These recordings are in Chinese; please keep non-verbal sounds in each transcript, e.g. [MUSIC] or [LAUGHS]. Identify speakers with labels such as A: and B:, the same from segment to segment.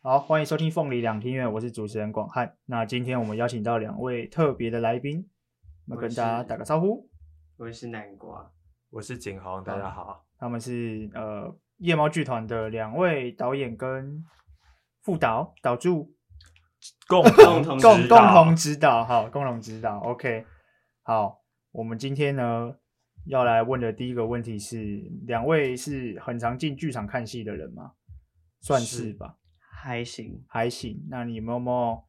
A: 好，欢迎收听《凤梨两厅院》，我是主持人广汉。那今天我们邀请到两位特别的来宾，那跟大家打个招呼。
B: 我是南瓜，
C: 我是景宏，大家好。
A: 他们是呃夜猫剧团的两位导演跟副导导助
C: 共
B: 共
A: 共
B: 同
A: 共
B: 指导
A: 同指导，好，共同指导。OK，好，我们今天呢要来问的第一个问题是：两位是很常进剧场看戏的人吗？算是
C: 是
A: 吧。[LAUGHS]
B: 还行，
A: 还行。那你们有没有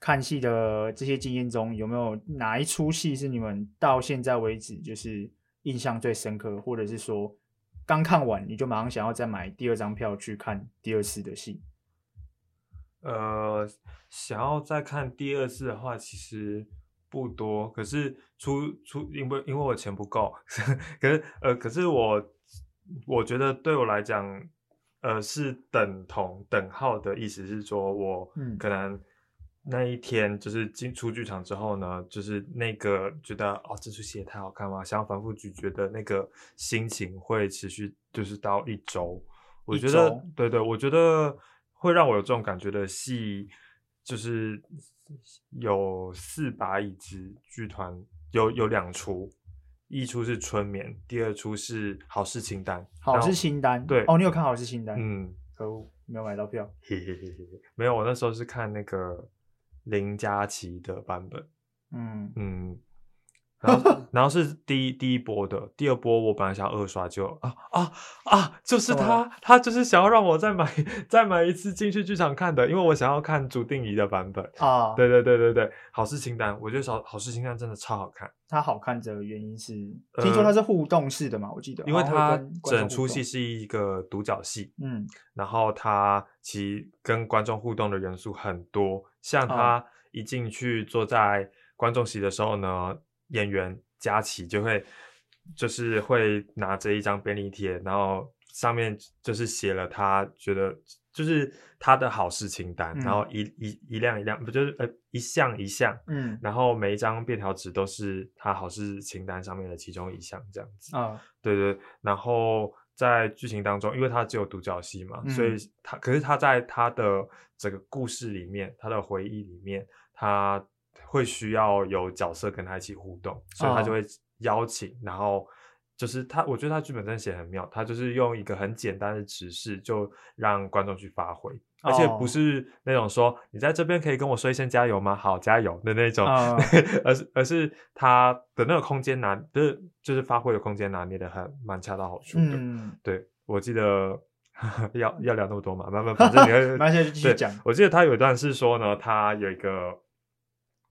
A: 看戏的这些经验中，有没有哪一出戏是你们到现在为止就是印象最深刻，或者是说刚看完你就马上想要再买第二张票去看第二次的戏？
C: 呃，想要再看第二次的话，其实不多。可是出出，因为因为我钱不够， [LAUGHS] 可是呃，可是我我觉得对我来讲，呃，是等同等号的意思是说，我
A: 嗯
C: 可能那一天就是进出剧场之后呢，就是那个觉得哦，这出戏也太好看了，想要反复咀嚼的那个心情会持续，就是到一周。我
A: 一
C: 觉
A: 周
C: 得，对对，我觉得会让我有这种感觉的戏，就是有四把椅子剧团，有有两出，一出是《春眠》，第二出是《好事清单》。
A: 好
C: 然后
A: 事清单，
C: 对
A: 哦，你有看好事清单？， [LAUGHS]
C: 嗯，
A: 可恶，没有买到票。
C: 嘿嘿嘿嘿嘿，没有，我那时候是看那个林佳琪的版本，
A: 嗯，
C: 嗯，
A: [LAUGHS]
C: 然后然后是第一第一波的，第二波我本来想二刷就啊啊啊，就是
A: 怎么
C: 他，他就是想要让我再买再买一次进去剧场看的，因为我想要看朱定仪的版本。
A: 啊，，
C: 对对对对对，好事清单，我觉得好好事清单真的超好看，
A: 它好看的原因是，
C: 呃
A: 听说它是互动式的嘛，我记得，
C: 因为
A: 好像
C: 它
A: 会跟观众
C: 整出
A: 互动
C: 戏，是一个独角戏，
A: 嗯，
C: 然后他其实跟观众互动的元素很多，像他一进去坐在观众席的时候呢，演员佳琪就会就是会拿着一张便利贴，然后上面就是写了他觉得就是他的好事清单，
A: 嗯
C: 然后一一一辆一辆不就是呃一项一项，
A: 嗯，
C: 然后每一张便条纸都是他好事清单上面的其中一项这样子。
A: 啊，
C: 对对，然后在剧情当中，因为它只有独角戏嘛，所以
A: 嗯
C: 他可是他在他的整个故事里面，他的回忆里面，他会需要有角色跟他一起互动，所以他就
A: 哦
C: 会邀请，然后就是他，我觉得他剧本真的写得很妙，他就是用一个很简单的指示就让观众去发挥。而且
A: 哦
C: 不是那种说你在这边可以跟我说一声加油吗？好，加油的那种， [LAUGHS]
A: 啊
C: 而是而是他的那个空间拿，就是就是发挥的空间拿捏的很蛮恰到好处的。
A: 嗯，
C: 对，我记得 [LAUGHS] 要要聊那么多嘛，慢慢反
A: [LAUGHS]
C: 正你会
A: 那现在就继续
C: 对
A: 讲
C: 我记得他有一段是说呢，他有一个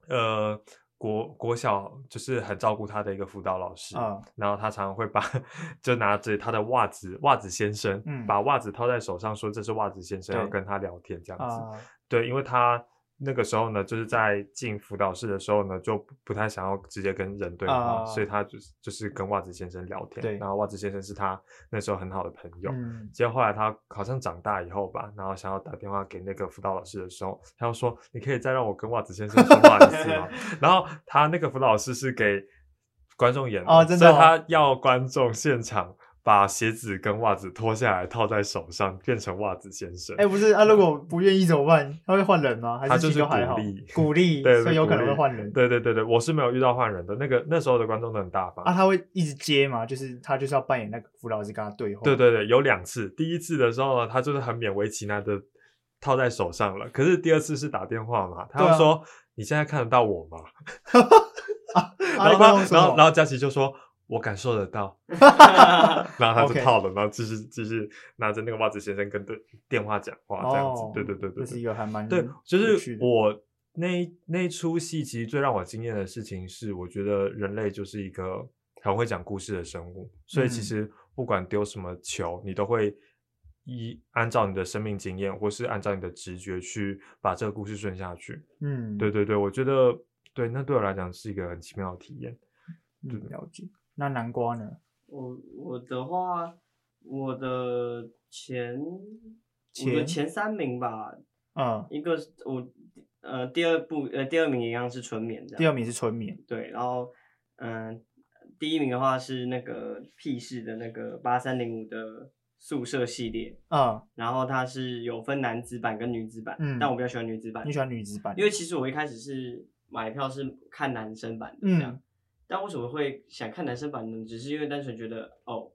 C: 呃国国小就是很照顾他的一个辅导老师，
A: 啊，
C: 然后他常常会把 [LAUGHS] 就拿着他的袜子，袜子先生，
A: 嗯
C: 把袜子套在手上，说这是袜子先生，要
A: 对
C: 跟他聊天这样子。
A: 啊，
C: 对，因为他那个时候呢，就是在进辅导室的时候呢，就不不太想要直接跟人对话，
A: 啊
C: 所以他就是就是跟袜子先生聊
A: 对
C: 天。然后袜子先生是他那时候很好的朋友。
A: 嗯，
C: 结果后来他好像长大以后吧，然后想要打电话给那个辅导老师的时候，他又说：“你可以再让我跟袜子先生说话一次
A: [LAUGHS]
C: 吗？”然后他那个辅导老师是给观众演的，
A: 哦真的
C: 所以
A: 哦
C: 他要观众现场把鞋子跟袜子脱下来套在手上，变成袜子先生。
A: 哎、不是，他、啊、如果不愿意怎么办？他会换人吗？还
C: 他
A: 是
C: 就
A: 其实
C: 是
A: 都还
C: 鼓
A: 好？
C: 励
A: 鼓励，
C: [LAUGHS] 对，
A: 所以有
C: 鼓
A: 可能会
C: 励
A: 换人。
C: 对对对对，我是没有遇到换人的，那个那时候的观众都很大方。
A: 啊，他会一直接嘛，就是他就是要扮演那个辅导老师跟他对话。
C: 对对对，有两次，第一次的时候呢，他就是很勉为其难的套在手上了，可是第二次是打电话嘛，他
A: 对啊
C: 就说、你现在看得到我吗？
A: [LAUGHS]
C: [LAUGHS]
A: 啊，
C: 然
A: 那
C: 后他
A: 个
C: 然后然
A: 后
C: 后佳琪就说。我感受得到，然后他
A: OK
C: 就套了然后继续继续拿着那个袜子先生跟对电话讲话这样子，
A: 哦，
C: 对对对对
A: 这
C: 对
A: 是一个还蛮
C: 对，就
A: 有趣
C: 是
A: 的
C: 我那一那一出戏，其实最让我惊艳的事情是，我觉得人类就是一个很会讲故事的生物，所以
A: 嗯
C: 其实不管丢什么球，你都会依按照你的生命经验，或是按照你的直觉去把这个故事顺下去。
A: 嗯，
C: 对对对，我觉得对，那对我来讲是一个很奇妙的体验。
A: 嗯，了解。那南瓜呢？
B: 我我的话，我的前
A: 前
B: 我的前三名吧，
A: 嗯，
B: 一个是我呃第二部呃第二名一样是纯棉这
A: 第二
B: 样，
A: 名是春眠，
B: 对，然后嗯、第一名的话是那个屁事的那个八三零五的宿舍系列，
A: 嗯，
B: 然后它是有分男子版跟女子版，
A: 嗯
B: 但我比较喜欢女子版
A: 你，喜欢女子版？
B: 因为其实我一开始是买票是看男生版的这样，
A: 嗯
B: 但为什么会想看男生版呢？只是因为单纯觉得哦，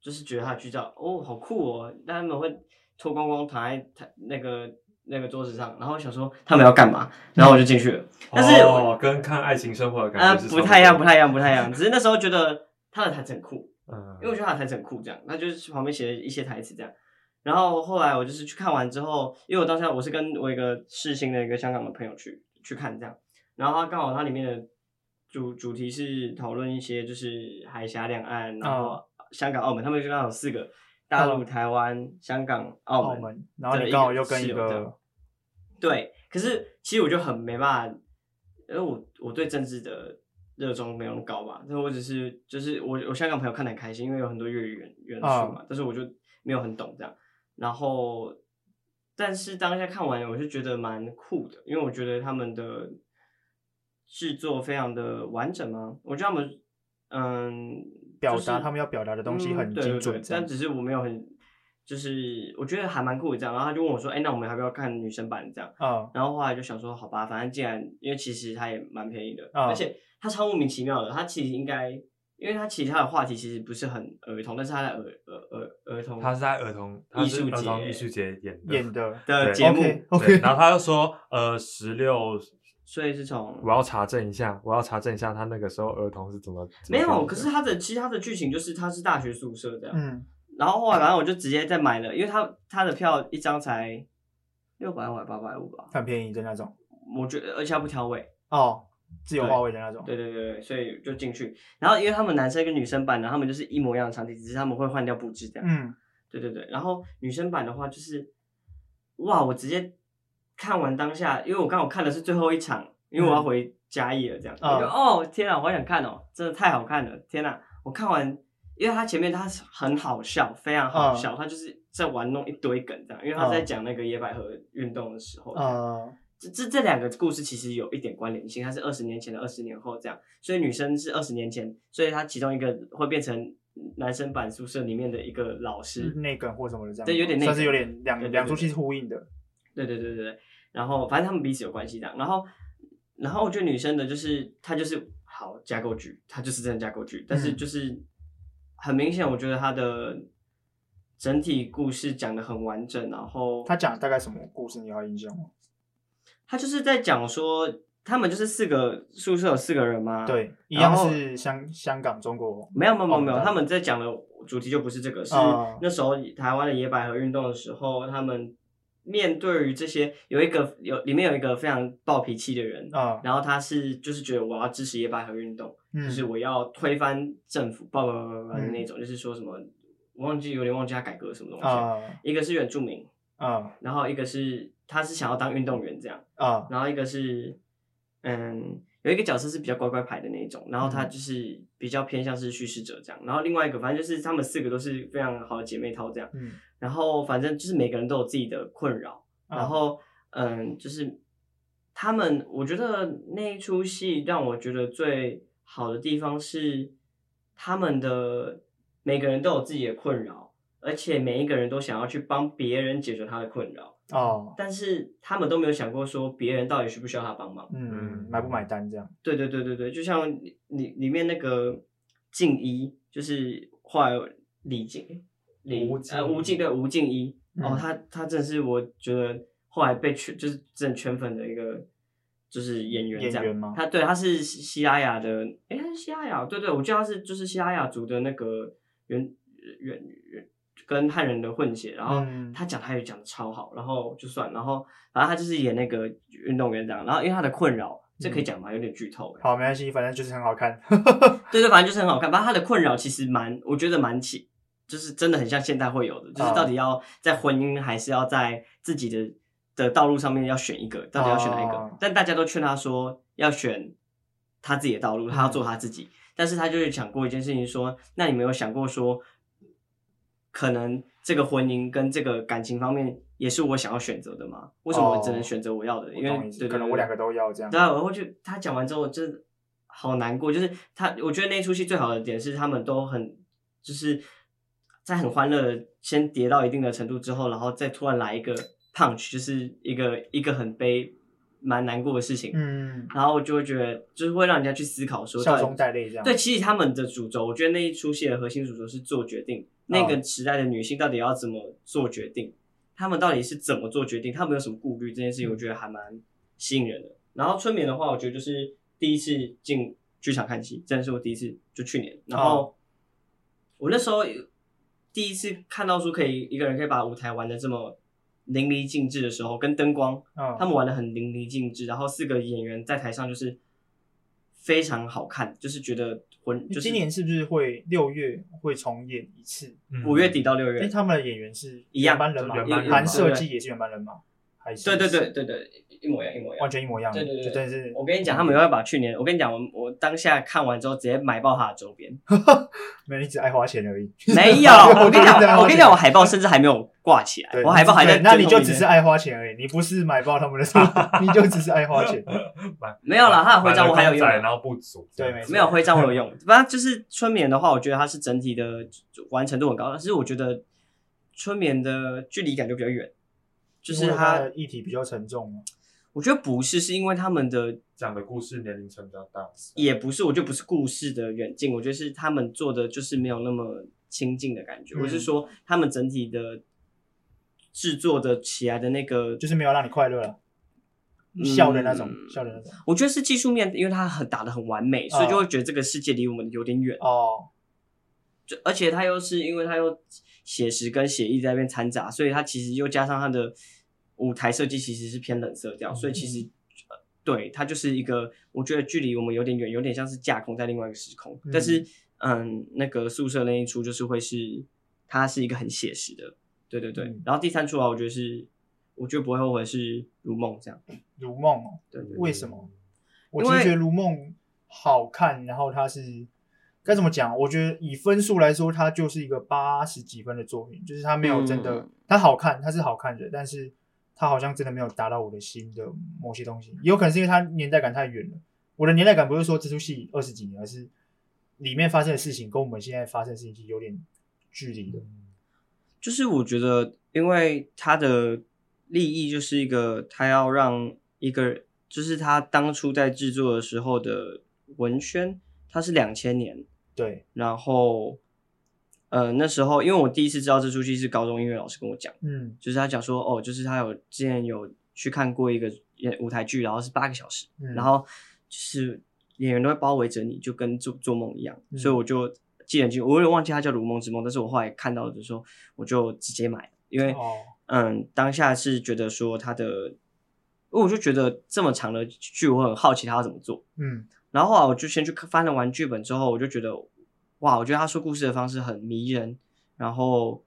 B: 就是觉得他的剧照哦好酷哦，但他们会脱光光躺在他那个那个桌子上，然后想说他们要干嘛，然后我就进去了，但是
C: 哦，跟看《爱情生活》的
B: 啊
C: 感觉是差
B: 不太一样，不
C: 多
B: 太一样，不太一样，只是那时候觉得他的台词很酷。
C: 嗯，
B: 因为我觉得他的台词很酷，这样，他就是旁边写了一些台词这样。然后后来我就是去看完之后，因为我当下我是跟我一个世新的一个香港的朋友去去看这样，然后他刚好它里面的主主题是讨论一些就是海峡两岸，然后香港、澳门，他们就刚好有四个大陆、
A: 嗯
B: 台湾、香港、
A: 澳
B: 澳门，
A: 门，然后
B: 的
A: 你
B: 一
A: 刚
B: 个
A: 好又跟
B: 室
A: 一
B: 友这样
A: 个，
B: 对，可是其实我就很没办法，因为我我对政治的热衷没有那么高吧，但我只是就是我我香港朋友看得很开心，因为有很多粤语元元素嘛，
A: 啊
B: 但是我就没有很懂这样。然后，但是当下看完我就觉得蛮酷的，因为我觉得他们的制作非常的完整嘛，我觉得他们嗯
A: 表
B: 就是
A: 达他们要表达的东西
B: 嗯
A: 很
B: 对
A: 精
B: 对
A: 准
B: 对
A: 这样
B: 但只是我没有很。就是我觉得还蛮酷的这样，然后他就问我说：“哎、那我们要不要看女生版这样？”
A: 嗯，
B: 然后后来就想说，好吧，反正既然因为其实它也蛮便宜的，
A: 啊
C: 嗯
B: 而且它超莫名其妙的，它其实应该，因为它其实它的话题其实不是很儿童，但是它的儿儿儿儿童
C: 他是在儿童他
B: 艺
C: 是
B: 术
C: 儿童
B: 节
C: 艺术节演的
A: 演的
B: 的
C: 对
B: 节目
A: OK
C: 对
A: OK，
C: 然后他又说，呃，十六，
B: 所以是从
C: 我要查证一下，我要查证一下他那个时候儿童是怎么
B: 没有，可是它的其实它的剧情就是它是大学宿舍这样，
A: 嗯，
B: 然后后来反正我就直接再买了，因为它它的票一张才六百五还八百五吧，
A: 很便宜的那种
B: 我觉得而且它不挑位，
A: 哦，自由
B: 对
A: 化位的那种，
B: 对对对，对所以就进去，然后因为他们男生跟女生版呢，他们就是一模一样的场景，只是他们会换掉布置这样，
A: 嗯，
B: 对对对，然后女生版的话就是，哇，我直接看完当下，因为我刚好看的是最后一场，因为我要
A: 嗯
B: 回嘉义了，这样，
A: 啊
B: 我就哦天啊，我好想看哦，真的太好看了，天啊，我看完，因为他前面他是很好笑，非常好
A: 啊
B: 笑，他就是在玩弄一堆梗这样，因为他在
A: 啊
B: 讲那个野百合运动的时候，
A: 呃，
B: 这这这两个故事其实有一点关联性，它是二十年前的二十年后这样，所以女生是二十年前，所以她其中一个会变成男生版宿舍里面的一个老师，
A: 内梗或什么的这样，
B: 嗯对有点内
A: 算是
B: 梗
A: 有点两
B: 对对
A: 两
B: 对
A: 出戏
B: 对
A: 是呼应的，
B: 对对对对对，然后反正他们彼此有关系这样，然后然后我觉得女生的就是她就是好架构剧，她就是真的架构剧，但是
A: 嗯
B: 就是很明显，我觉得她的整体故事讲的很完整，然后
A: 他讲大概什么故事？你要印象吗？
B: 她就是在讲说他们就是四个宿舍有四个人嘛，，
A: 对，一
B: 啊然
A: 样
B: 后
A: 是香香港、中国，
B: 没有没有没有
A: 哦
B: 没有，
A: 对
B: 他们在讲的主题就不是这个，是
A: 啊
B: 那时候台湾的野百合运动的时候，他们面对于这些有一个有里面有一个非常暴脾气的人，
A: 啊，
B: 然后他是就是觉得我要支持野百合运动，
A: 嗯
B: 就是我要推翻政府，叭叭叭叭叭的
A: 嗯
B: 那种，就是说什么，我忘记有点忘记他改革什么东西。
A: 啊
B: 一个是原住民，
A: 啊
B: 然后一个是他是想要当运动员这样，
A: 啊，
B: 然后一个是嗯有一个角色是比较乖乖牌的那种，然后他就是比较偏向是叙事者这样，然后另外一个反正就是他们四个都是非常好的姐妹淘这样，
A: 嗯，
B: 然后反正就是每个人都有自己的困扰，
A: 啊
B: 然后嗯，就是他们，我觉得那一出戏让我觉得最好的地方是他们的每个人都有自己的困扰，而且每一个人都想要去帮别人解决他的困扰，
A: 哦，
B: 但是他们都没有想过说别人到底需不需要他帮忙。
A: 嗯
C: 嗯，
A: 买不买单这样？
B: 对对对对对，就像里里里面那个静一，就是后来李静，诶李
C: 吴
B: 呃
C: 静
B: 吴静对吴静一，哦
A: 嗯，
B: 他他真的是我觉得后来被圈就是真的圈粉的一个就是演员这
A: 演
B: 样，
A: 员吗
B: 他对他是西西拉雅的，诶，他是西拉雅，对对，我记得他是就是西拉雅族的那个原原原跟汉人的混血，然后
A: 嗯
B: 他讲台语讲的超好，然后就算，然后反正他就是演那个运动员这样，然后因为他的困扰，这可以讲吗？有点剧透、欸。
A: 好，没关系，反正就是很好看。
B: 对对，反正就是很好看。反正他的困扰其实蛮，我觉得蛮起，就是真的很像现代会有的，就是
A: 哦
B: 到底要在婚姻还是要在自己的的道路上面要选一个，到底要选哪一个？
A: 哦
B: 但大家都劝他说要选他自己的道路，
A: 嗯
B: 他要做他自己。但是他就是讲过一件事情说那你没有想过说，可能这个婚姻跟这个感情方面也是我想要选择的吗？为什么我只能选择我要的？因
A: 哦我
B: 为
A: 懂你
B: 对
A: 意
B: 对
A: 思，
B: 对
A: 可能我两个都要这样
B: 对。啊，我会觉得他讲完之后，我真的好难过。就是他，我觉得那一出戏最好的点是他们都很，就是在很欢乐的先跌到一定的程度之后，然后再突然来一个 punch，就是一个一个很悲蛮难过的事情，
A: 嗯，
B: 然后就会觉得就是会让人家去思考说到
A: 笑
B: 底
A: 中带泪这样。
B: 对，，其实他们的主轴，我觉得那一出戏的核心主轴是做决定。那
A: 嗯
B: 个时代的女性到底要怎么做决定？她们到底是怎么做决定？她们有什么顾虑？这件事
A: 嗯
B: 情我觉得还蛮吸引人的。然后春眠的话，我觉得就是第一次进剧场看戏，真的是我第一次，就去年。然
A: 哦
B: 后我那时候第一次看到说可以一个人可以把舞台玩的这么淋漓尽致的时候，跟灯光
A: 嗯，
B: 他们玩的很淋漓尽致，然后四个演员在台上就是非常好看，就是觉得魂就是
A: 今年是不是会六月会重演一次？
C: 嗯
B: 五月底到六
A: 哎，
B: 月，
A: 他们的演员是
B: 一样
A: 原班人马，
C: 原班人马
A: 韩设计也是原班人马，还是
B: 对对对对对，一模一样一模
A: 完
B: 一样。
A: 全一模一样的，
B: 对对对
A: 就真的是
B: 我跟你讲，他们又要把去年，我跟你讲，我我当下看完之后直接买爆他的周
A: [LAUGHS]
B: 边，
A: 没有你只爱花钱而已。[LAUGHS]
B: 没有，我跟你讲，我跟你讲，我海报甚至还没有挂起来
A: 对，
B: 我海报还在
A: 对那你
B: 最
A: 就
B: 后面
A: 只是爱花钱而已，你不是买爆他们的
B: [LAUGHS]
A: 商品，你就只是爱
C: [LAUGHS]
A: 花钱。
B: 没有啦，他的徽
C: 徽
B: 章
C: 章
B: 我还有用啊，
C: 然后不足，
A: 对没错
B: 没有徽章我有用，反正就是春眠的话，我觉得它是整体的完成度很高，但是我觉得春眠的距离感就比较远，就
A: 因
B: 是
A: 为它
B: 它
A: 的，议题比较沉重啊嘛，
B: 我觉得不是，是因为他们的
C: 讲的故事年龄层比较大，
B: 也不是，我觉得不是故事的远近，我觉得是他们做的就是没有那么亲近的感觉，
A: 嗯
B: 我是说他们整体的制作的起来的那个，
A: 就是没有让你快乐了，
B: 嗯
A: 笑的那种，笑的那种。
B: 我觉得是技术面，因为它很打的很完美，所以就会觉得这个世界离我们有点远。
A: 哦，
B: 就而且他又是因为他又写实跟写意在那边掺杂，所以他其实又加上他的舞台设计其实是偏冷色调，所以其实、呃对他就是一个我觉得距离我们有点远，有点像是架空在另外一个时空。
A: 嗯
B: 但是嗯，那个宿舍那一出就是会是它是一个很写实的，对对对。
A: 嗯
B: 然后第三出啊，我觉得是我觉得不会后悔是如梦这样，
A: 如梦哦，
B: 对对对
A: 为什么？我
B: 因
A: 其
B: 为
A: 实觉得如梦好看，然后它是该怎么讲？我觉得以分数来说，它就是一个八十几分的作品，就是它没有真的，
B: 嗯
A: 它好看，它是好看的，但是它好像真的没有达到我的心的某些东西，也有可能是因为它年代感太远了。我的年代感不是说这出戏二十几年，而是里面发生的事情跟我们现在发生的事情是有点距离的。
B: 嗯就是我觉得，因为他的利益就是一个，他要让一个，就是他当初在制作的时候的文宣，它是两千年，
A: 对，
B: 然后，呃，那时候因为我第一次知道这出戏是高中音乐老师跟我讲，
A: 嗯
B: 就是他讲说，哦，就是他有之前有去看过一个演舞台剧，然后是八个小时，
A: 嗯，
B: 然后就是演员都会包围着你，就跟做做梦一样，
A: 嗯
B: 所以我就记得很清楚，我有点忘记它叫《如梦之梦》，但是我后来看到的时候，我就直接买了，因为、
A: 哦，
B: 嗯，当下是觉得说它的，因为我就觉得这么长的剧，我很好奇它要怎么做，
A: 嗯
B: 然后后来我就先去看翻了完剧本之后，我就觉得，哇，我觉得他说故事的方式很迷人。然后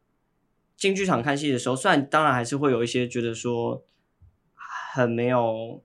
B: 进剧场看戏的时候，虽然当然还是会有一些觉得说很没有，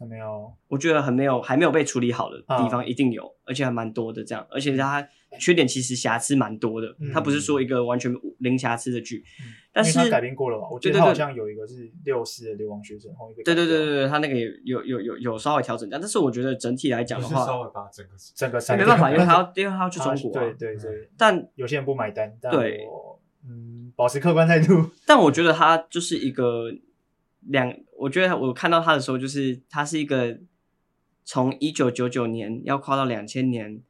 A: 有没有？
B: 我觉得很没有还没有被处理好的地
A: 啊
B: 方，一定有，而且还蛮多的这样。而且它缺点其实瑕疵蛮多的，它不是说一个完全零瑕疵的剧，
A: 嗯
B: 但
A: 因为
B: 是
A: 它改编过了吧？我记
B: 对
A: 得
B: 对
A: 它好
B: 对
A: 像有一个是六四的流亡学生，后面被
B: 对对
A: 改
B: 对
A: 掉
B: 对对，他那个也有有有有稍微调整，但但是我觉得整体来讲
C: 不
B: 的
C: 是稍
B: 话，
C: 微把整个
A: 整个三
B: 没办
A: [LAUGHS]
B: 法，因为他要因为他要去中国、啊，
A: 对对对，
B: 但
A: 有些人不买单，但
B: 对
A: 我嗯，保持客观态度，
B: 但我觉得他就是一个两，我觉得我看到他的时候，就是他是一个从一九九九年要跨到两千年，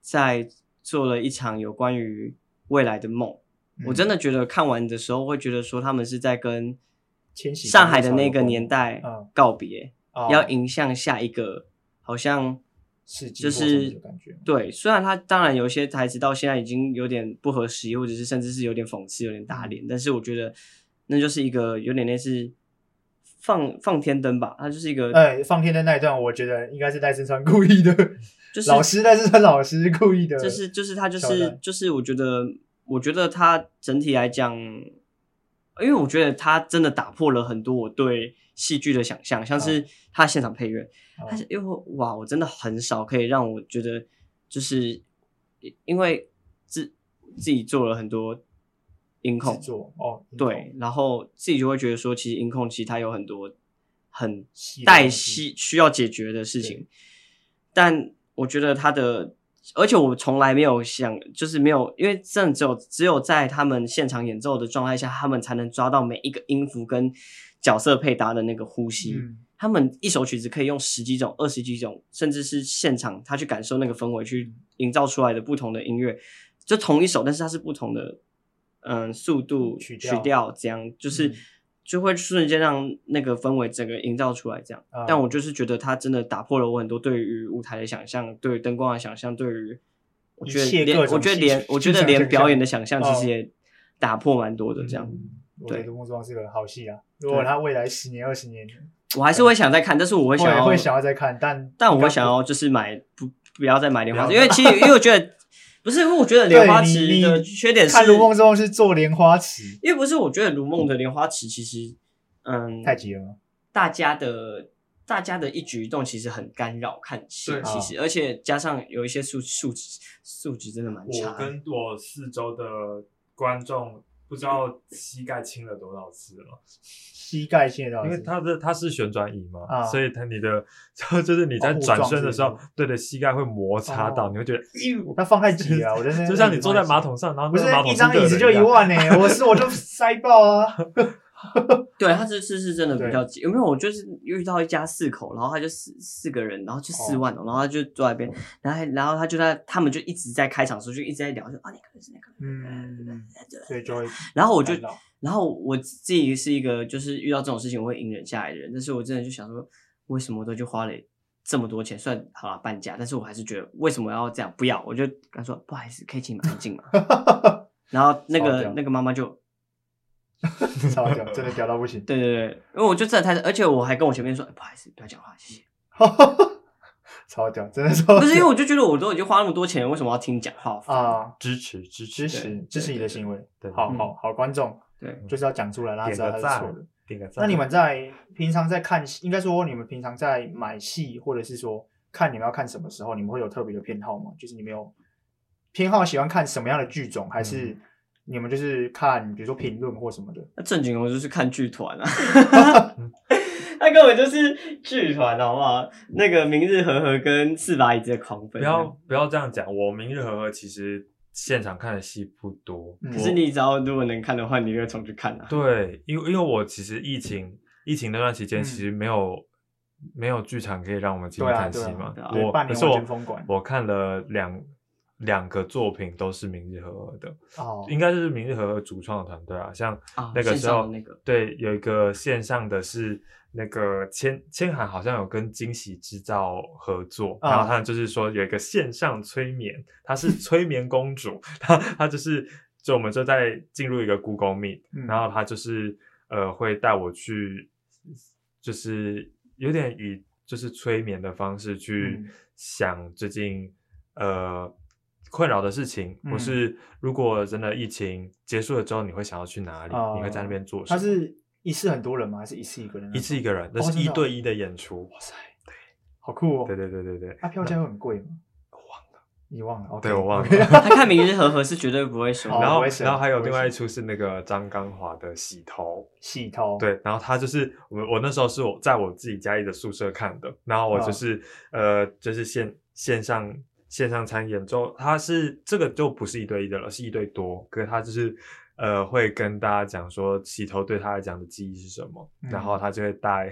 B: 在做了一场有关于未来的梦。 [LAUGHS] 我真
A: 的
B: 的觉得看完的时候会觉得说，他们是在跟
A: 千禧
B: 上海的那个年代
A: 嗯啊
B: 告别，要迎向下一个好像。
A: 世纪
B: 就
A: 末什么
B: 是
A: 的感觉，
B: 对，虽然他当然有一些台词到现在已经有点不合时宜，或者是甚至是有点讽刺、有点打脸，但是我觉得那就是一个有点类似放放天灯吧，它就是一个、
A: 哎，放天的那一段，我觉得应该是戴思川故意的，
B: 就是
A: 老师戴思川老师故意的，
B: 就是就是他就
A: 挑
B: 是
A: 战
B: 就是我觉得我觉得他整体来讲，因为我觉得他真的打破了很多我对戏剧的想象，像是他现场配乐，
A: 哦
B: 但是因为哇，我真的很少可以让我觉得，就是因为自自己做了很多音控
A: 制，作哦，
B: 对，然后自己就会觉得说，其实音控其实它有很多很
A: 细的
B: 带
A: 东西
B: 戏需要解决的事情，但我觉得它的而且我从来没有想，就是没有，因为这样只有只有在他们现场演奏的状态下，他们才能抓到每一个音符跟角色配搭的那个呼吸。
A: 嗯
B: 他们一首曲子可以用十几种、二十几种，甚至是现场他去感受那个氛围，去营造出来的不同的音乐，就同一首，但是它是不同的，嗯，速度、
A: 曲调
B: 调，这样就是、
A: 嗯
B: 就会瞬间让那个氛围整个营造出来，这样。
A: 啊
B: 但我就是觉得它真的打破了我很多对于舞台的想象，对于灯光的想象，对于我觉
A: 一切
B: 得
A: 各
B: 连
A: 种
B: 我觉得
A: 戏
B: 连
A: 剧
B: 我觉得
A: 想
B: 连
A: 象
B: 表演的想象其
A: 哦
B: 实也打破蛮多的，这样。
A: 嗯我
B: 对
A: 觉得《梦之王》是个好戏啊。如果他未来十年、二十年，
B: 我还是会想再看，但是我会
A: 会
B: 想要
A: 会想要再看，但
B: 但我会想要就是买不不要再买莲花
C: 不
B: 池，
C: 要
B: 因为其实因为我觉得不是，因为我觉得莲花
A: 对
B: 池
A: 你
B: 的缺点是
A: 看《如梦之王》是做莲花池，
B: 因为不是我觉得如梦的莲花池其实嗯，
A: 太急了吗？
B: 大家的大家的一举一动其实很干扰看戏
C: 对，
B: 其实而且加上有一些素素质素质真的蛮
C: 我
B: 差的，
C: 跟我四周的观众不知道膝盖亲了多少次了，
A: 膝盖线的，
C: 因为它的它是旋转椅嘛，
A: 啊
C: 所以它你的就是你在
A: 哦
C: 转身的时
A: 互
C: 候
A: 撞，
C: 对的膝盖会摩擦到，
A: 哦
C: 你会觉得，
A: 他放太急
C: [LAUGHS]
A: 了啊，我真的
C: 就像你坐在马，桶上，然后
A: 不
C: 那
A: 是
C: 个马桶
A: 一张
C: 是热
A: 椅
C: 的
A: 子就一
C: 样， [LAUGHS]
A: 万呢，我是我就塞爆啊。
B: 对他这次是真的
A: 对
B: 比较急，因为我就是遇到一家四口，然后他就四四个人，然后就四
A: 哦
B: 万哦，然后他就坐在那边，然后然后他就在他们就一直在开场的时候就一直在聊，就啊那个是那个，
A: 嗯，所以
B: 对
A: 就会
B: 然后我就
A: 干扰
B: 然后我自己是一个就是遇到这种事情我会隐忍下来的人，但是我真的就想说，为什么都就花了这么多钱，算好了半价，但是我还是觉得为什么要这样？不要，我就跟他说不好意思，可以请你们安静嘛。
A: [LAUGHS]
B: 然后那
A: 超屌
B: 个那个妈妈就
A: 超屌，真的屌到不行。
B: 对对对，因为我就站在台上，而且我还跟我前面说、哎不好意思，不要讲话，
C: [LAUGHS]
B: 谢谢。
A: [LAUGHS] 超屌，真的超
B: 不是因为
A: 屌
B: 我就觉得我都已经花那么多钱了，为什么要听你讲话？
A: 啊！
C: 支持支
A: 支
C: 持
A: 持支持你的行为
C: 对，对
A: 好
B: 对
A: 好好，观众
B: 对，
A: 就是要讲出来，让他
C: 点
A: 知道他
C: 个
A: 是错的
C: 赞。，点个赞。
A: 那你们在平常在看戏，应该说你们平常在买戏，或者是说看你们要看什么时候，你们会有特别的偏好吗？就是你们有偏好喜欢看什么样的剧种，还是你们就是看比如说评论或什么的？
B: 那正经我就是看剧
C: [LAUGHS]
B: 团啊，他根本就是剧团好不好？那个明日和和跟四把椅子的狂奔，啊
C: 不要不要这样讲，我明日和和其实现场看的戏不多，
A: 嗯
B: 可是你只要如果能看的话，你就会重去看啊。
C: 对，因为因为我其实疫情疫情那段期间，
A: 嗯
C: 其实没有、没有剧场可以让我们进去
A: 对啊
C: 看
A: 对
C: 戏
A: 啊
C: 嘛。
B: 对啊
A: 对
C: 我
A: 半
C: 可
A: 年
C: 是
A: 完
C: 我
A: 全封馆
C: 我看了两两个作品都是明日和和的，
A: 哦，
C: 应该就是明日和和主创的团队啊，像
B: 啊
C: [LAUGHS] 那个
B: 线
C: 时
B: 上
C: 候
B: 的那个
C: 对有一个线上的是。那个千千涵好像有跟惊喜制造合作，然
A: 啊
C: 后他就是说有一个线上催眠，她是催眠公主，她她就是就我们就在进入一个 Google Meet，
A: 嗯
C: 然后他就是呃会带我去，就是有点以就是催眠的方式去
A: 嗯
C: 想最近、呃困扰的事情，或
A: 嗯
C: 是如果真的疫情结束了之后，你会想要去哪里？你会在那边做什
A: 他
C: 么？
A: 是一次很多人吗？还是一次一个人？
C: 一次一个人，那
A: 哦
C: 是
A: 真
C: 一
A: 的哦
C: 对一的演出。
A: 哇塞，好酷哦！
C: 对对对对对，
A: 啊，票价会很贵吗？我忘了，你忘了？
C: 对我忘了。
B: 他看明日和和是绝对不会输。
A: 哦
C: [LAUGHS] 然 [LAUGHS]
A: 不
C: 后
A: 会省
C: 然后还有
A: 不会
C: 另外一
A: 省
C: 出是那个张刚华的洗头。
A: 洗头，，
C: 对，然后他就是我我那时候是我在我自己家里的宿舍看的，然后我
A: 啊
C: 就是、呃就是线线上线上参演之后，他是这个就不是一对一的了，是一对多，可是他就是呃会跟大家讲说洗头对他来讲的记忆是什么，然后
A: 嗯
C: 他就会带。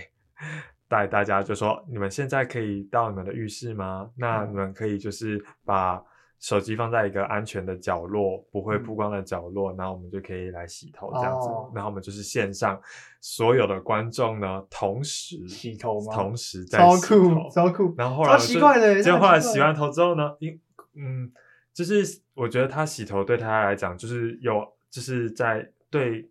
C: 带大家就说，你们现在可以到你们的浴室吗？那
A: 嗯
C: 你们可以就是把手机放在一个安全的角落，不会
A: 嗯
C: 曝光的角落，然后我们就可以来洗头这样子。
A: 哦
C: 然后我们就是线上所有的观众呢，同时
A: 洗头吗
C: 同时在
A: 超
C: 洗
A: 酷，
C: 头
A: 超酷。
C: 然后后来我
A: 超奇
C: 就
A: 怪的
C: 结果
A: 超
C: 后来
A: 奇怪
C: 洗完头之后呢，因嗯，就是我觉得他洗头对他来讲，就是有就是在对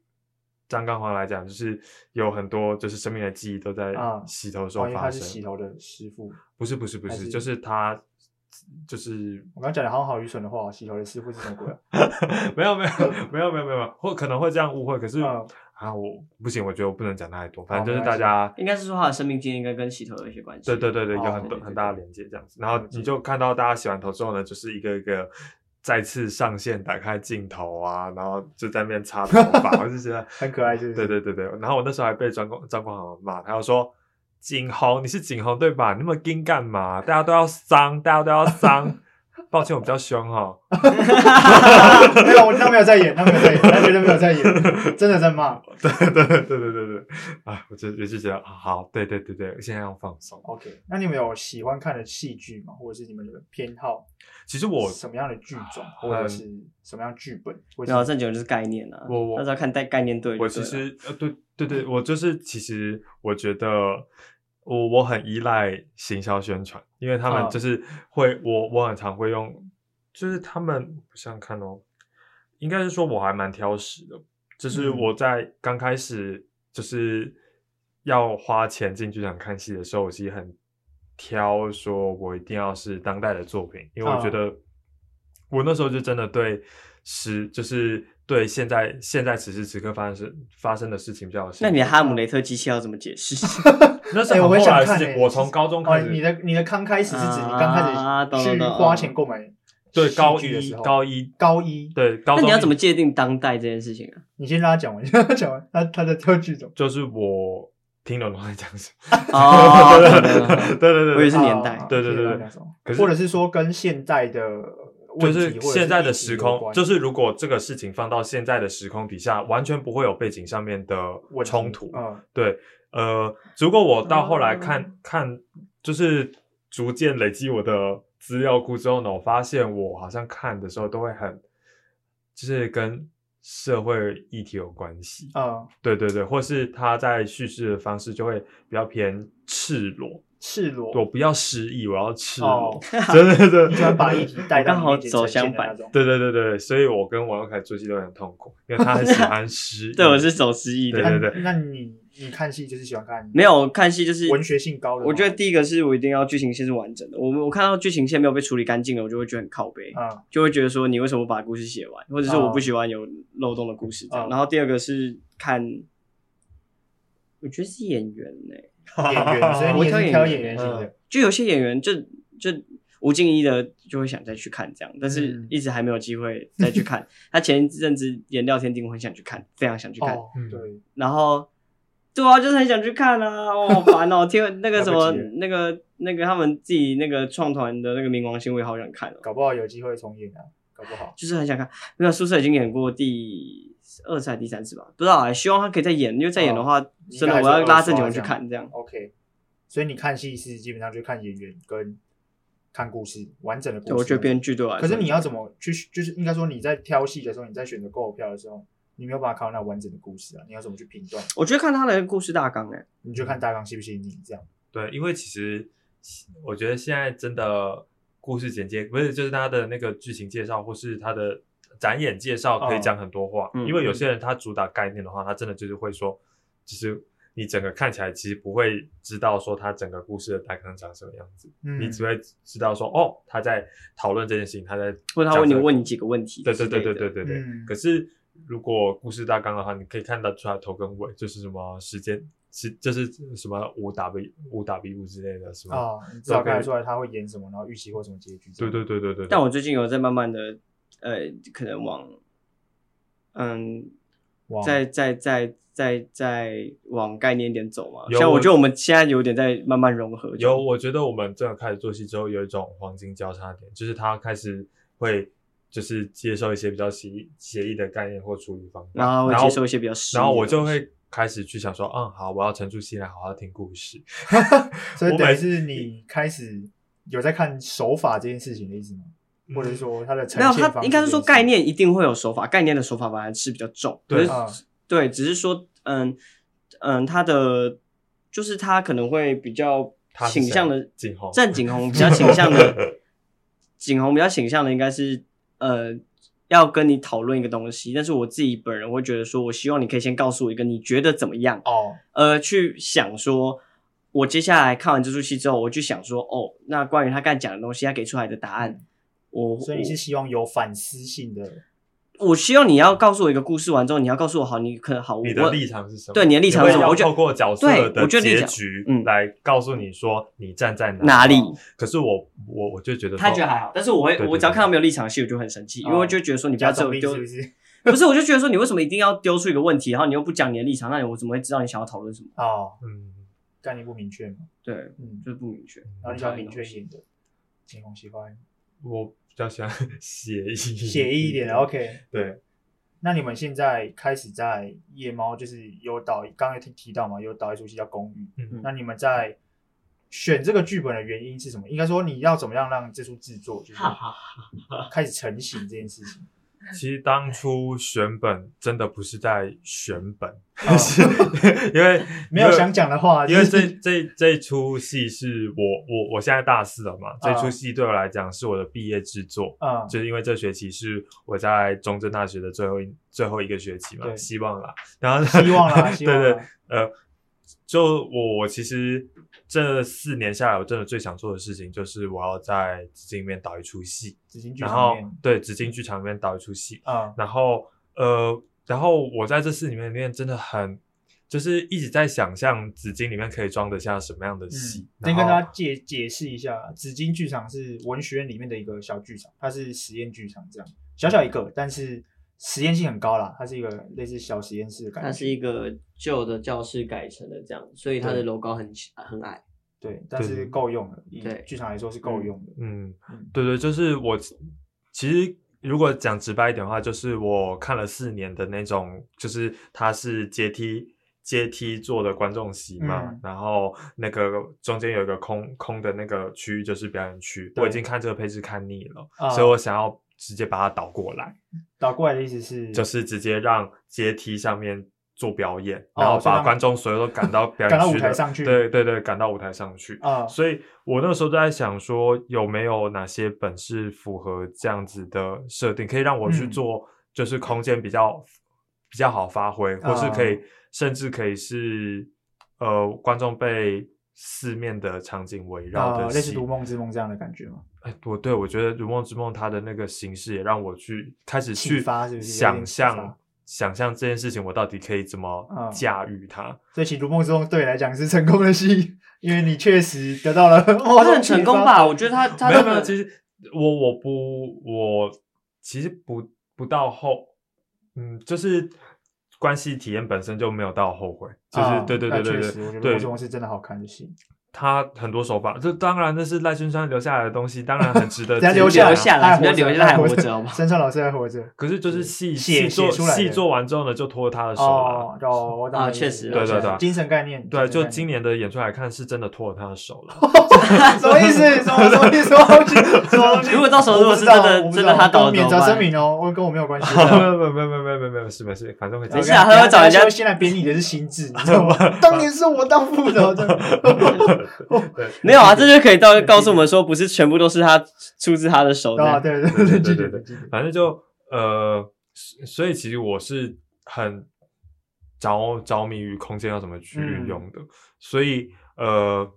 C: 张刚华来讲，就是有很多就是生命的记忆都在
A: 啊
C: 洗头的时候
A: 哦，因为
C: 发
A: 他是洗
C: 生。
A: 头的师傅。
C: 不是不是不
A: 还
C: 是，
A: 是
C: 就是他就是 [LAUGHS]
A: 我刚讲的好像好愚蠢的话，洗头的师傅是什么鬼啊？
C: 没有没有没有没有没有，或可能会这样误会。可是、
A: 呃嗯
C: 啊，我不行，我觉得我不能讲太多，反
A: 好
C: 正就
A: 没
C: 是
A: 关
C: 大
A: 系
C: 家。
B: 应该是说他的生命经验应该跟洗头有一些关系。
C: 对对对对，有
A: 哦
C: 很
B: 对
C: 多
B: 对
C: 很
B: 对
C: 大的
B: 对
C: 连接这样子，然后
A: 了解
C: 你就看到大家洗完头之后呢，就是一个一个再次上线，打开镜头啊，然后就在那边擦头发，我就觉得
A: 很可爱是不
C: 对
A: 是
C: 对对对，然后我那时候还被张光张光豪骂，他又说景洪你是景洪对吧？你那么硬干嘛？大家都要伤，大家都要伤。 [LAUGHS] 抱歉，我比较凶哈。
A: [LAUGHS] 没有，他没有在演，他没有在演，他绝对没有在演，真的在骂。
C: [LAUGHS] 对对对对对对，啊，我就我就觉得啊好，对对对对，现在要放松。
A: OK，那你们有喜欢看的戏剧吗？或者是你们的偏好？
C: 其实我
A: 什么样的剧种，或者是什么样剧本？或
B: 然后
A: 者是
B: 正经就是概念啊，
C: 我我
B: 那是要看概概念对不对
C: 我
B: 啊。
C: 其实呃，对对对，我就是其实我觉得我我很依赖行销宣传，因为他
A: 啊
C: 们就是会、我我很常会用，就是他们我想想看哦，应该是说我还蛮挑食的，就是
A: 嗯
C: 我在刚开始就是要花钱进剧场看戏的时候，我其实很挑，说我一定要是当代的作品，因为我
A: 啊
C: 觉得我那时候就真的对时，就是对现在现在此时此刻发生发生的事情比较有兴趣。
B: 那你的哈姆雷特机器要怎么解释？ [LAUGHS]
C: 那是
A: 哎
C: 很
A: 我
C: 后
A: 很想
C: 来的
A: 看
C: 事情，
A: 欸
C: 我从高中
A: 哦，
C: 开始，
A: 你的你的刚开始是指你
B: 啊
A: 刚
B: 懂
A: 开始
B: 懂
A: 去
B: 懂
A: 花钱购买
C: 对
A: 戏
C: 高
A: 剧的
C: 一
A: 时候
C: 高一
A: 高一，
C: 对高
B: 那
C: 中
B: 你要怎么
C: 一
B: 界定当代这件事情啊？
C: [LAUGHS]
A: 你先让他讲完， [LAUGHS] 让他讲完，他他的挑剧种。
C: 就是我听懂他在讲什么。
B: 哦，懂懂懂
C: [LAUGHS] 对对对
B: 我以为
C: 对
B: 是年代
A: 啊
C: 对对对对，
A: 那种
C: 可是
A: 或者是说跟现代的问
C: 就
A: 题
C: 是
A: 或者
C: 现在
A: 议
C: 的
A: 题
C: 时
A: 有
C: 空，
A: 关
C: 就是如果这个事情放到现在的时空底下，完全不会有背景上面的
A: 问题
C: 冲突。
A: 嗯，
C: 对，呃，如果我到后来看、
B: 哦
C: 看，就是逐渐累积我的资料库之后呢，我发现我好像看的时候都会很，就是跟社会议题有关系。
A: 嗯，
C: 对对对，或是他在叙事的方式就会比较偏赤裸，
A: 赤裸，
C: 我不要失忆，我要赤
A: 哦
C: 裸，真的
A: [LAUGHS]
C: 真的
A: 你喜欢把议
B: [LAUGHS]
A: 题带到
B: 我刚
A: 你
B: 好
A: 面前
B: 走
A: 呈现
B: 相
A: 的
B: 反
A: 那种。
C: 对对对对，所以我跟王佑凯做戏都很痛苦，因为他很喜欢诗
B: [LAUGHS] 。对，我是走失忆
C: 对
B: 的。
A: 那
C: 对对
A: 那你你看戏就是喜欢看
B: 没有看戏就是
A: 文学性高的吗，
B: 我觉得第一个是我一定要剧情线是完整的。我我看到剧情线没有被处理干净了，我就会觉得很靠背，
A: 嗯
B: 就会觉得说你为什么不把故事写完，或者是
A: 哦
B: 我不喜欢有漏洞的故事这样。
A: 哦
B: 然后第二个是看，我觉得是演员呢、
A: 演员，
B: [LAUGHS]
A: 所以
B: 我
A: 你也是
B: 挑演
A: 挑
B: 员嗯
A: 演员型的。
B: 就有些演员就就吴敬一的就会想再去看这样，但是
A: 嗯
B: 一直还没有机会再
A: [LAUGHS]
B: 去看。他前一阵子演《廖天定》，我很想去看，非常想去看。
A: 哦，
C: 嗯
A: 对，
B: 然后，对啊，就是很想去看啊，哦，好烦哦！听那个
A: [LAUGHS]
B: 什
A: 来
B: 么
A: 不及了，
B: 那个那个他们自己那个创团的那个冥王星，我也好想看哦，
A: 搞不好有机会重演啊，搞不好。
B: 就是很想看。没有，宿舍已经演过第二次还是第三次吧，不知道啊、希望他可以再演，因为再演的话，
A: 哦应
B: 真的
A: 该还
B: 我
A: 是
B: 要
A: 二刷
B: 拉郑久去
A: 这样
B: 看这样。
A: OK，所以你看戏是基本上就看演员跟看故事完整的故事。
B: 对，我觉得编剧对我来
A: 可
B: 说，
A: 是你要怎么去？就是应该说你在挑戏的时候，你在选择购票的时候，你没有办法看到那完整的故事啊。你要怎么去评断？
B: 我觉得看他的故事大纲哎、
A: 你就看大纲吸不吸引你这样。
C: 对，因为其实我觉得现在真的故事简介不是就是他的那个剧情介绍或是他的展演介绍可以讲很多话，
B: 嗯
C: 因为有些人他主打概念的话，他真的就是会说，就是你整个看起来其实不会知道说他整个故事的大纲长什么样子，
A: 嗯
C: 你只会知道说哦他在讨论这件事情，他在
B: 或者他问你
C: 讲这个
B: 问你几个问题
C: 对
B: 之
C: 对
B: 类
C: 对对
B: 的
C: 对对对。
A: 嗯
C: 可是如果故事大纲的话，你可以看得出来头跟尾，就是什么时间时，就是什么五 W 五 W 之类的，是
B: 哦
C: 吗？
A: 啊，你至少
C: OK
A: 看得出来他会演什么，然后预期或什么结局这
C: 对
A: 样。
C: 对对对对。
B: 但我最近有在慢慢的，呃，可能往，嗯，
A: 哇，
B: 在在在在在往概念点走嘛。
C: 有
B: 像我
C: 我
B: 觉得我们现在有点在慢慢融合。
C: 有，我觉得我们真的开始做戏之后，有一种黄金交叉点，就是他开始会就是接受一些比较协协议的概念或处理方法，
B: 然后会
C: 然
B: 接受一些比较实
C: 然后
B: 用的
C: 我就
B: 东西
C: 会开始去想说，嗯，好，我要沉住气来好好听故事。
A: 所以
C: 我
A: 等于
C: 每
A: 是你开始有在看手法这件事情的意思吗？或者是说他的呈
B: 没有
A: 现方
B: 他
A: 式
B: 应该是
A: 这
B: 说
A: 件事
B: 概，念一定会有手法，概念的手法本来是比较重，
C: 对
B: 可是
A: 啊
B: 对，只是说嗯嗯，他的就是他可能会比较
C: 他是
B: 倾向
C: 谁啊
B: 的
C: 景洪
B: 郑景洪比较倾向
C: [LAUGHS]
B: 的，景洪比较倾向的应该是呃要跟你讨论一个东西，但是我自己本人会觉得说，我希望你可以先告诉我一个你觉得怎么样，
A: 哦，
B: 呃，去想说。我接下来看完这出戏之后，我就想说，哦，那关于他刚才讲的东西，他给出来的答案，我
A: 所以你是希望有反思性的
B: 我希望你要告诉我一个故事完之后，你要告诉我好，你可能好，
C: 你
B: 我
C: 的立场是什么？
B: 对你的立场
C: 你
B: 是什
C: 会
B: 么？
C: 要
B: 我觉
C: 透
B: 得
C: 过角色
B: 对
C: 的
B: 我觉得立
C: 结
B: 场
C: 局
B: 嗯
C: 来告诉你说你站在
B: 哪里？
C: 可是我我我就觉得
B: 他
C: 说
B: 觉得还好，但是我会
C: 哦对对
B: 我只要
C: 对
B: 看到没有立场的戏，我就很生气，因为我就觉得说你不
A: 家
B: 要只
A: 长
B: 有
A: 力
B: 丢
A: 是不是？
B: [LAUGHS] 不是，我就觉得说你为什么一定要丢出一个问题，然后你又不讲你的立场，那我怎么会知道你想要讨论什么？
A: 哦，
C: 嗯，
A: 概念不明确嘛，
B: 对，
A: 嗯，
B: 就是不明确。
A: 然后你想明确一点的，情况喜欢
C: 我比较喜欢写意
A: 写意一
C: 嗯 [LAUGHS]
A: 点的，OK。
C: 对，
A: 那你们现在开始在夜猫，就是有导，刚才提提到嘛，有导一出戏叫《公寓》。
C: 嗯
A: 那你们在选这个剧本的原因是什么？应该说你要怎么样让这出制作就是
B: 哈哈哈，
A: 开始成型这件事
B: [LAUGHS]
A: 情？
C: 其实当初选本真的不是在选本，
A: 哦
C: 是 [LAUGHS] 因为
A: [LAUGHS] 没有想讲的话，
C: 因为
A: 就是
C: 这这这一出戏是我我我现在大四了
A: 啊
C: 嘛，这出戏对我来讲是我的毕业制作，
A: 嗯
C: 就是因为这学期是我在中正大学的最后一最后一个学期嘛，
A: 对
C: 希望啦，然后
A: 希望
C: [LAUGHS]
A: 啦希
C: 对
A: 望啦
C: 对，呃，就我我其实这四年下来，我真的最想做的事情就是我要在紫金里面导一出戏，
A: 紫金剧
C: 然
A: 场
C: 后
A: 里面，
C: 对紫金剧场里面导一出戏，
A: 嗯
C: 然后呃，然后我在这四里面里面真的很，就是一直在想象纸巾里面可以装得下什么样的戏。
A: 嗯，先跟
C: 然后
A: 大家解解释一下，紫金剧场是文学院里面的一个小剧场，它是实验剧场，这样小小一个，但是实验性很高啦，它是一个类似小实验室的感觉。
B: 它是一个旧的教室改成的这样，所以它的楼高很很矮。
A: 对，但是
C: 对
A: 够用了，以
B: 对
A: 剧场来说是够用的。
C: 嗯
A: 嗯，
C: 对对，就是我其实如果讲直白一点的话，就是我看了四年的那种，就是它是阶梯。阶梯做的观众席嘛，
A: 嗯
C: 然后那个中间有一个空空的那个区域，就是表演区。我
A: 对
C: 已经看这个配置看腻了，
A: 啊
C: 所以我想要直接把它倒过来。
A: 倒过来的意思是，
C: 就是直接让阶梯上面做表演，
A: 哦
C: 然
A: 所
C: 后
A: 以他
C: 把
A: 们
C: 观众所有都赶到
A: [LAUGHS]
C: 表演
A: 赶到
C: 区
A: 舞台
C: 的
A: 上去
C: 对对对，赶到舞台上去。
A: 啊，
C: 所以我那时候就在想说，有没有哪些本是符合这样子的设定，可以让我去
A: 嗯
C: 做，就是空间比较、比较好发挥，或是可以、
A: 啊
C: 甚至可以是呃观众被四面的场景围绕
A: 啊，
C: 的
A: 类似《
C: 戏。
A: 如梦之梦》这样的感觉嘛。
C: 哎，我对我觉得《如梦之梦》它的那个形式也让我去开始
A: 启
C: 去
A: 发是不是有点
C: 想
A: 启
C: 象
A: 发，
C: 想象这件事情我到底可以怎么
A: 嗯
C: 驾驭它。
A: 所以，《如梦之梦》对你来讲是成功的戏，因为你确实得到了，哦，
B: 它是很成功吧？我觉得它它
C: 没有
B: 真
C: 没有，
B: 的
C: 其实我我不我其实不不到后，嗯，就是关系体验本身就没有到后悔，
A: 这
C: 就
A: 个
C: 是、
A: 启发？啊
C: 对对
A: 那
C: 对对
A: 确
C: 对
A: 实，我觉得《如梦
C: 对
A: 之梦》是真的好看的戏。
C: 他很多手法，这当然那是赖声川留下来的东西，当然很值得
A: 等下
C: 纪
A: 留下
C: 念
A: 来，
C: 啊
B: 下来
A: 他还活
B: 什么叫留
A: 着，
B: 下来
A: 他还活
B: 活着好不好
A: 深川老师还活着。
C: 可是就是戏
A: 写
C: 戏做
A: 写出来的
C: 戏做完之后呢，就拖他的手了。
A: 哦，哦，我懂
B: 啊
A: 你意思
B: 确实
A: 了
C: 啊对
A: 解
C: 对对
A: 了精神概念。精
C: 对，
A: 神
C: 就
A: 概念
C: 今年的演出来看，是真的拖了他的手了。
A: [LAUGHS] 什么意思？什么什么意思？什么东
B: [LAUGHS]
A: 西？什么东西
B: 如果到时候
A: 我
B: 如
A: 不
B: 果
A: 知
B: 是
A: 道
B: 真的
A: 我不知
B: 真的
A: 道
B: 他倒了
A: 免
B: 怎么
A: 责
B: 办
A: 声明哦，我跟我没有关
C: [LAUGHS]
A: 系。
C: 没有没有没有没有没有没有没有，是没事，反正会这
A: 没
B: 没
A: 事
B: 事
C: 样。
B: 啊他会找人家
A: 现在编你的是心智，你知道吗？当年是我当副的，真的。
C: 对
B: 没有啊，这就可以到告诉我们说，不是全部都是他出自他的手
A: 啊，
B: 的。
A: 对对
C: 对
A: 对
C: 对
A: 记
C: 对
A: 得
C: 对
A: 记
C: 对
A: 得
C: 反正就呃，所所以其实我是很着着迷于空间要怎么去运用的，所以呃，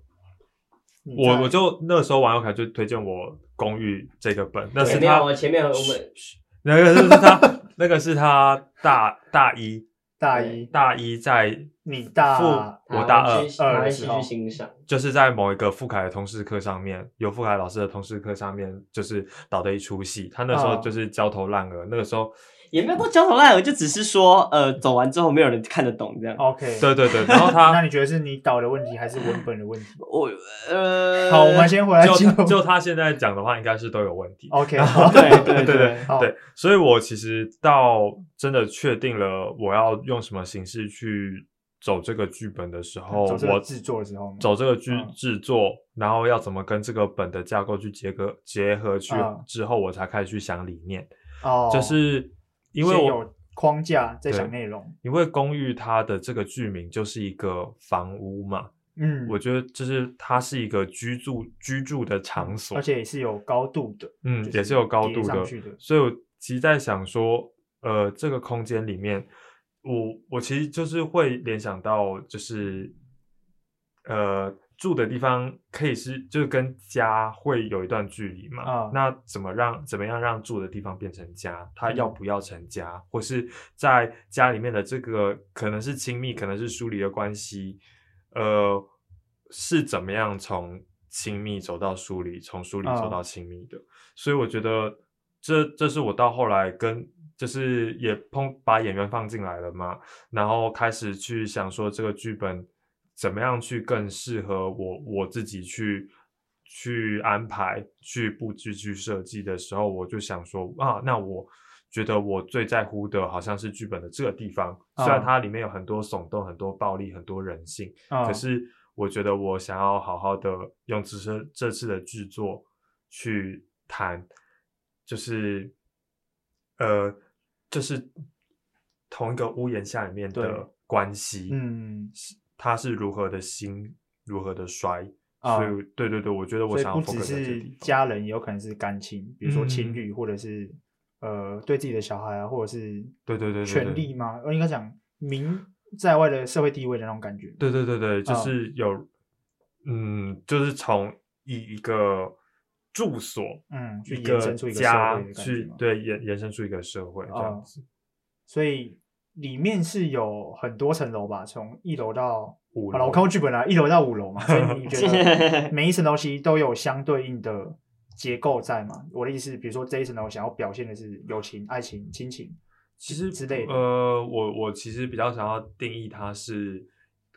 A: 你在
C: 我我就那时候网友凯就推荐我《公寓》这个本，那是
B: 前面
C: 他
B: 我前面我们
C: 那个是他那个是他大大一
A: 大一，
C: 大一在
A: 你大
C: 复我大二
A: 二的
B: 还
A: 时
B: 是
A: 候
B: 去欣赏。
C: 就是在某一个傅凯的通识课上面，有傅凯老师的通识课上面，就是导的一出戏。他那时
A: 哦
C: 候就是焦头烂额，那个时候，
B: 也没有到焦头烂额，就只是说，呃，走完之后没有人看得懂这样。
A: OK。
C: 对对对，然后
A: 那
C: 他
A: 你觉得是你导的问题还是文本的问题？
B: 我呃，
A: 好，我们先回来哦进
C: 就
A: 入。
C: 就他现在讲的话，应该是都有问题。
A: OK，好，
B: 对对
C: 对
B: 对，
A: 好
C: 对，所以我其实到真的确定了我要用什么形式去走这个剧本的时候，
A: 嗯走这个
C: 我
A: 制作的时候吗
C: 走这个剧
A: 嗯
C: 制作，然后要怎么跟这个本的架构去结合结合去
A: 嗯
C: 之后，我才开始去想理念，
A: 哦，
C: 就是因为
A: 先
C: 我
A: 有框架在想
C: 对
A: 内容，
C: 因为公寓它的这个剧名就是一个房屋嘛，
A: 嗯，
C: 我觉得就是它是一个居住居住的场所
A: 而，且也是有高度的，
C: 嗯
A: 就，
C: 也是有高度
A: 叠上
C: 的，
A: 去的，
C: 所以我其实在想说，呃，这个空间里面，我我其实就是会联想到就是，呃，住的地方可以是就是跟家会有一段距离嘛，
A: 啊
C: 那怎么让怎么样让住的地方变成家？它要
A: 嗯
C: 不要成家，或是在家里面的这个可能是亲密，可能是疏离的关系，呃，是怎么样从亲密走到疏离，从疏离走
A: 嗯
C: 到亲密的？所以我觉得这这是我到后来跟就是也碰把演员放进来了嘛，然后开始去想说这个剧本怎么样去更适合我我自己去去安排、去布置、去设计的时候，我就想说啊，那我觉得我最在乎的好像是剧本的这个地方，虽
A: 嗯
C: 然它里面有很多耸动、很多暴力、很多人性，
A: 嗯
C: 可是我觉得我想要好好的用这次这次的制作去谈，就是呃，就是同一个屋檐下里面
A: 对
C: 的关系，，
A: 嗯，
C: 它是如何的兴，如何的衰，
A: 啊
C: 所以对对对，我觉得我
A: 所以
C: 想要
A: 不只
C: focus 在这个
A: 是
C: 地方
A: 家人，也有可能是感情，比如说
C: 嗯
A: 情侣，或者是呃对自己的小孩啊，或者是
C: 对对对对对
A: 权利嘛，呃应该讲民在外的社会地位的那种感觉。
C: 对对对对，就
A: 嗯
C: 是有，嗯，就是从以一个住所。
A: 嗯，去
C: 一
A: 延
C: 个
A: 伸出一个社
C: 家
A: 会的感觉
C: 去
A: 嘛。
C: 对延延伸出一个社会这样
A: 嗯
C: 子，
A: 所以里面是有很多层楼吧，从一楼到
C: 五
A: 好了，
C: 楼
A: 我看过剧本了，一楼到五楼嘛，所以你觉
B: [LAUGHS]
C: [LAUGHS]
A: 得每一层楼其实都有相对应的结构在嘛？我的意思，比如说这一层楼想要表现的是友情、爱情、亲情，
C: 其实
A: 之类的
C: 呃，我我其实比较想要定义它是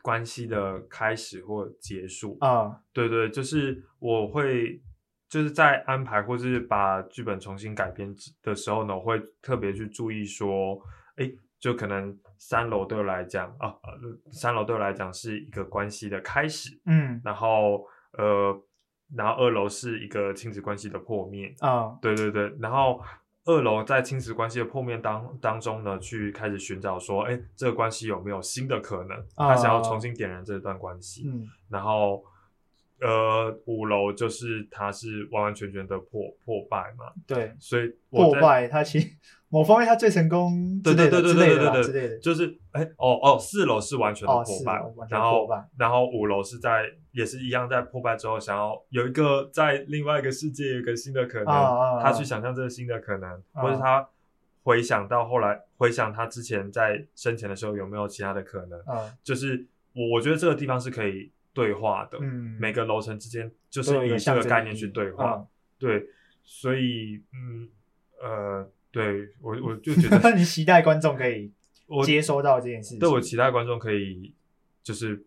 C: 关系的开始或结束。
A: 啊、
C: 对对，就是我会就是在安排或是把剧本重新改编之的时候呢，我会特别去注意说，哎，就可能三楼对我来讲啊，呃三楼对我来讲是一个关系的开始，
A: 嗯
C: 然后呃，然后二楼是一个亲子关系的破灭，
A: 啊、
C: 对对对，然后二楼在亲子关系的破面当当中呢，去开始寻找说，哎，这个关系有没有新的可能？他想要重新点燃这段关系。
A: 啊嗯
C: 然后，呃，五楼就是它是完完全全的破破败嘛，
A: 对，
C: 所以我
A: 破
C: 在。
A: 败它其实某方面它最成功之
C: 对
A: 类的
C: 对对对
A: 之
C: 对
A: 类
C: 对
A: 的啦
C: 对
A: 之
C: 对
A: 类的，
C: 就是哎哦哦，四楼是完全的
A: 哦
C: 破
A: 四
C: 败
A: 楼完，全
C: 然
A: 破
C: 后
A: 败
C: 然后五楼是在也是一样在破败之后，想要有一个在另外一个世界有一个新的可能，
A: 啊啊
C: 他
A: 啊
C: 去想象这个新的可能，
A: 啊
C: 或者他回想到后来回想他之前在生前的时候有没有其他的可能，
A: 嗯
C: 就是我我觉得这个地方是可以对话的，
A: 嗯，
C: 每个楼层之间就
A: 都有
C: 是
A: 一个
C: 以这
A: 象
C: 个
A: 征
C: 概
A: 意
C: 念去
A: 义
C: 对话，
A: 嗯
C: 对，所以嗯呃。对我，我就
A: [LAUGHS]
C: 觉得
A: 啊你期待观众可以
C: 我
A: 接收到这件事情。
C: 对我期待观众可以就是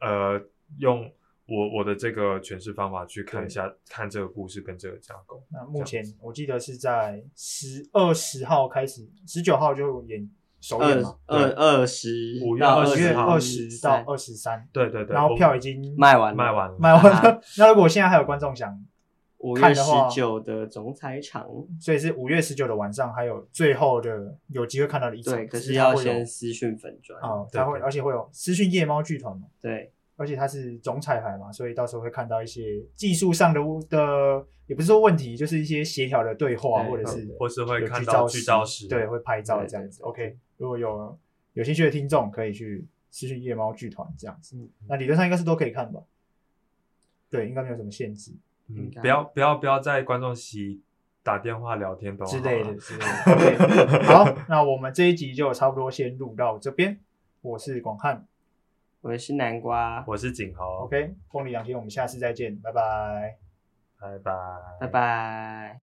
C: 呃用我我的这个诠释方法去看一下看这个故事跟这个架构。
A: 那目前我记得是在十二十号开始，十九号就演首演
B: 二
A: 嘛，
B: 二二十
C: 五月
B: 到
C: 20
A: 五月
C: 号
A: 二
B: 十
A: 十到二十三，
C: 对对对，
A: 然后
C: 我
A: 票已经
B: 卖啊完了
C: 卖完了，
A: 买完了。 [LAUGHS] 那如果现在还有观众想，
B: 五
A: 看
B: 月
A: 的
B: 十
A: 话
B: 九的总彩场，
A: 所以是五月十九的晚上还有最后的有机会看到的一场，
B: 对，可
A: 只
B: 是
A: 它
B: 要
A: 会有
B: 先私讯粉砖，
A: 哦，
C: 对
A: 它会
C: 对
A: 而且会有私讯夜猫剧团嘛，
B: 对，
A: 而且它是总彩排嘛，所以到时候会看到一些技术上的的，也不是说问题，就是一些协调的对话
B: 对
A: 或者
B: 嗯
A: 是
C: 或是会
A: 有
C: 看
A: 剧
C: 到
A: 照
C: 剧照师，
A: 对，会拍照这样子。
B: 对对对
A: OK，如果有有兴趣的听众，可以去私讯夜猫剧团这样子。
B: 嗯
A: 那理论上应该是都可以看吧？对，应该没有什么限制
C: 嗯
B: 应，该
C: 不要不要不要在观众席打电话聊天都好
A: 之
C: 啊
A: 类的。之类的。OK，好，那我们这一集就差不多先录到这边。我是广汉
B: 我是南瓜，
C: 我是景豪
A: ，OK，风里两天，我们下次再见，拜拜。
C: 拜拜，
B: 拜拜。